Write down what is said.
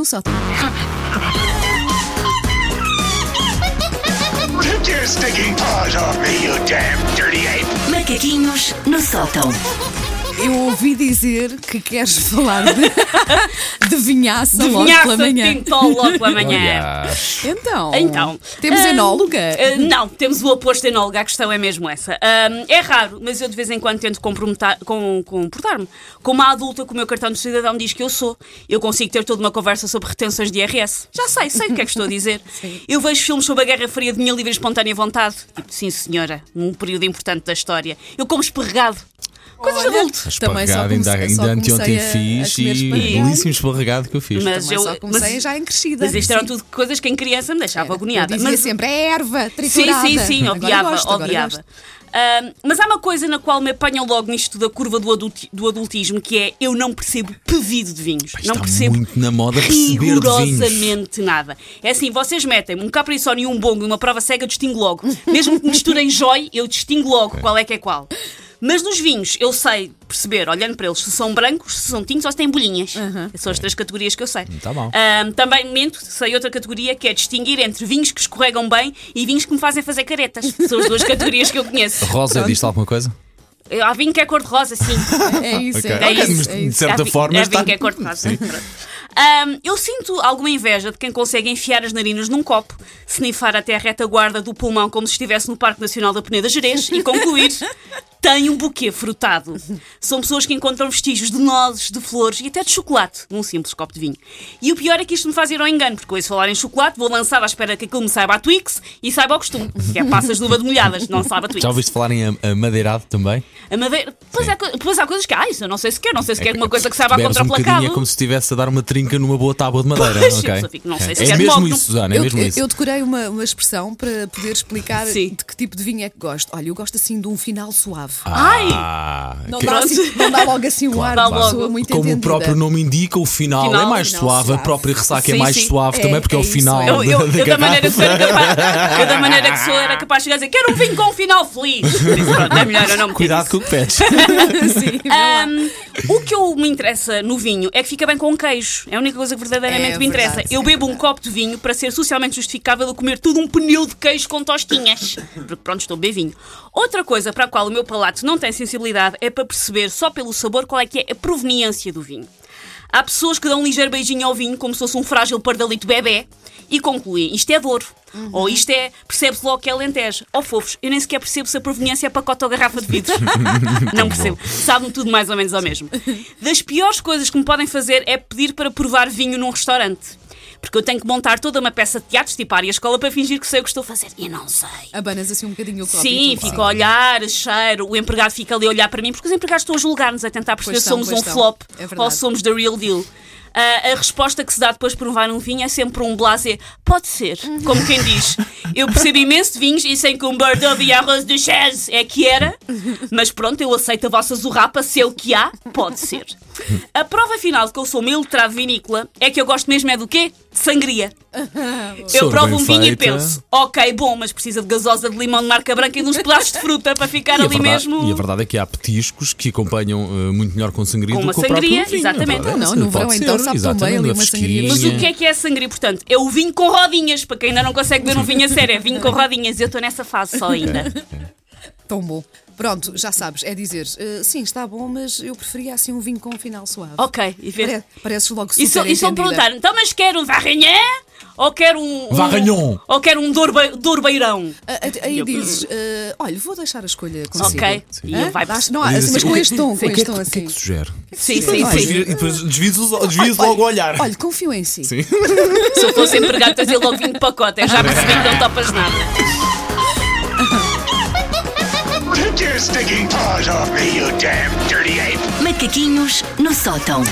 o sótão. Take your stinking paws off me, you damn dirty ape! Macaquinhos no sótão. Eu ouvi dizer que queres falar de, de vinhaça, logo pela manhã. Pintol logo pela manhã. Olha, Então, Então, temos ah, enóloga? ah, não, temos o oposto enóloga, a questão é mesmo essa. Ah, é raro, mas eu de vez em quando tento comprometar- com- comportar-me. Como a adulta que o meu cartão de cidadão diz que eu sou, eu consigo ter toda uma conversa sobre retenções de IRS. Já sei, sei o que é que estou a dizer. eu vejo filmes sobre a Guerra Fria de minha livre e espontânea vontade. Tipo, sim senhora, um período importante da história. Eu como esparregado. Coisas de Olha, adulto. Também só esparregado, comece- ainda, só ainda comecei anteontem a- a fiz comer e esparregado. belíssimo esparregado que eu fiz. Mas Também eu só comecei mas- já em crescida. Mas isto eram tudo coisas que em criança me Era. deixava Eu agoniada. dizia Mas- sempre, é erva Sim, triturada. sim, sim, Agora odiava, gosto, agora odiava. gosto. Ahm, mas há uma coisa na qual me apanham logo nisto da curva do, adulti- do adultismo, que é eu não percebo pedido de vinhos. Pá, não está percebo muito na moda perceber de vinhos. rigorosamente nada. É assim, vocês metem-me um capriçone e um bongo e uma prova cega, eu distingo logo. Mesmo que misturem joy, eu distingo logo qual é que é qual. Mas nos vinhos, eu sei perceber, olhando para eles, se são brancos, se são tintos ou se têm bolinhas. São as três categorias que eu sei. Tá bom. Ahm, também minto, sei outra categoria que é distinguir entre vinhos que escorregam bem e vinhos que me fazem fazer caretas. São as duas categorias que eu conheço. Rosa, diz-te alguma coisa? Há vinho que é cor-de-rosa, sim. É isso, Ok. é, Ok, isso, mas é de isso. certa Dá- forma dá está- vinho que é cor de rosa. Pronto. Ahm, eu sinto alguma inveja de quem consegue enfiar as narinas num copo, snifar até a retaguarda do pulmão como se estivesse no Parque Nacional da Peneda Gerês e concluir. Tem um buquê frutado. São pessoas que encontram vestígios de nozes, de flores e até de chocolate num simples copo de vinho. E o pior é que isto me faz ir ao engano, porque ouço falar em chocolate, vou lançar à espera que aquilo me saiba a Twix e saiba ao costume, que é passas de uva de molhadas, não sabe a Twix. Já ouviste falar em am- amadeirado também? A madeira. Pois Sim. há, co- pois há coisas que. Ah, isso eu não sei se quero. Não sei se quero uma coisa que saiba a Bebes um bocadinho, é como contraplacado. se estivesse a dar uma trinca numa boa tábua de madeira. Pois, ok? eu só fico, não sei se é quero mesmo logo, não- isso, Susana, é Eu, mesmo eu- isso. eu decorei uma, uma expressão para poder explicar Sim. de que tipo de vinho é que gosto. Olha, eu gosto assim de um final suave. Ai! Ah, não, que- dá pronto. assim- não dá logo assim um ar Claro, de uma claro. pessoa muito Como entendida. o próprio nome indica, o final, Final, é mais final suave, suave. a própria ressaca é Sim, mais sim. suave É- também, porque é, é o isso, final. é. Eu, eu, da, da eu da maneira que eu era garrafa. capaz. Eu da maneira que sou era capaz de chegar a dizer quero um vinho com um final feliz. Disse, Pronto, é melhor eu não me Cuidado com o que pedes. Sim, vê lá. Ahm, o que eu me interessa no vinho é que fica bem com queijo. É a única coisa que verdadeiramente É me interessa. verdade, eu é bebo um copo de vinho para ser socialmente justificável eu comer todo um pneu de queijo com tostinhas. Porque pronto, estou a beber vinho. Outra coisa para a qual o meu palato não tem sensibilidade é para perceber só pelo sabor qual é que é a proveniência do vinho. Há pessoas que dão um ligeiro beijinho ao vinho como se fosse um frágil pardalito bebê e concluem isto é Douro. Ou isto é, percebe-se logo que é Alentejo. Ou fofos, eu nem sequer percebo se a proveniência é pacote ou garrafa de vidro. Não percebo. Sabe-me tudo mais ou menos ao mesmo. Das piores coisas que me podem fazer é pedir para provar vinho num restaurante. Porque eu tenho que montar toda uma peça de teatro, tipo área escola, para fingir que sei o que estou a fazer. E não sei. Abanas assim um bocadinho o copo. Sim, e tudo. fico a olhar, cheiro, o empregado fica ali a olhar para mim, porque os empregados estão a julgar-nos, a tentar perceber Pois se são, somos pois um são. flop É verdade. ou se somos the real deal. Ah, a resposta que se dá depois de provar um vinho é sempre um blasé. Pode ser, como quem diz. Eu percebo imenso de vinhos e sei que um Bordeaux e arroz de chaise é que era, mas pronto, eu aceito a vossa zurrapa, se é o que há, pode ser. A prova final de que eu sou uma iletrada vinícola é que eu gosto mesmo é do quê? De sangria. Eu Soro provo bem um vinho e feita. penso, ok, bom, mas precisa de gasosa de limão de marca branca e de uns pedaços de fruta para ficar E a, ali verdade, mesmo. e a verdade é que há petiscos que acompanham eh, muito melhor com sangria Com do uma que o próprio sangria, vinho, exatamente. a verdade Não, é não, essa, no pode verão ser, então sabe tão bem exatamente, ali uma sangria. fresquinha. Mas o que é que é sangria? Portanto, é o vinho com rodinhas, para quem ainda não consegue ver um vinho a sério, é vinho com rodinhas. Eu estou nessa fase só ainda. É. Tão bom. Pronto, já sabes, é dizer, eh, sim, está bom, mas eu preferia assim um vinho com um final suave. Ok, e ver. Pare pareces logo super Oh, E se, e se eu me entendida. perguntar, então, mas quero um Varrinhé ou quero um. um- Varrignon. Ou quero um Dorbe- Dorbeirão? Ah, ah, Aí dizes, eh, olha, vou deixar a escolha consigo. Ok. Hã? E ele vai Dás- não, assim, mas assim, com o este tom, com O que este é que, tom o que é assim. que sugere? Ah, Sim, E sim, depois sim. vira- e depois desvias, os- desvias logo o olhar. Olha, confio em si. Sim. Se eu fosse empregado, trazia logo vinho de pacote. Eu já percebi que não topas nada. Take your stinking paws off me, you damn dirty ape! Macaquinhos no sótão.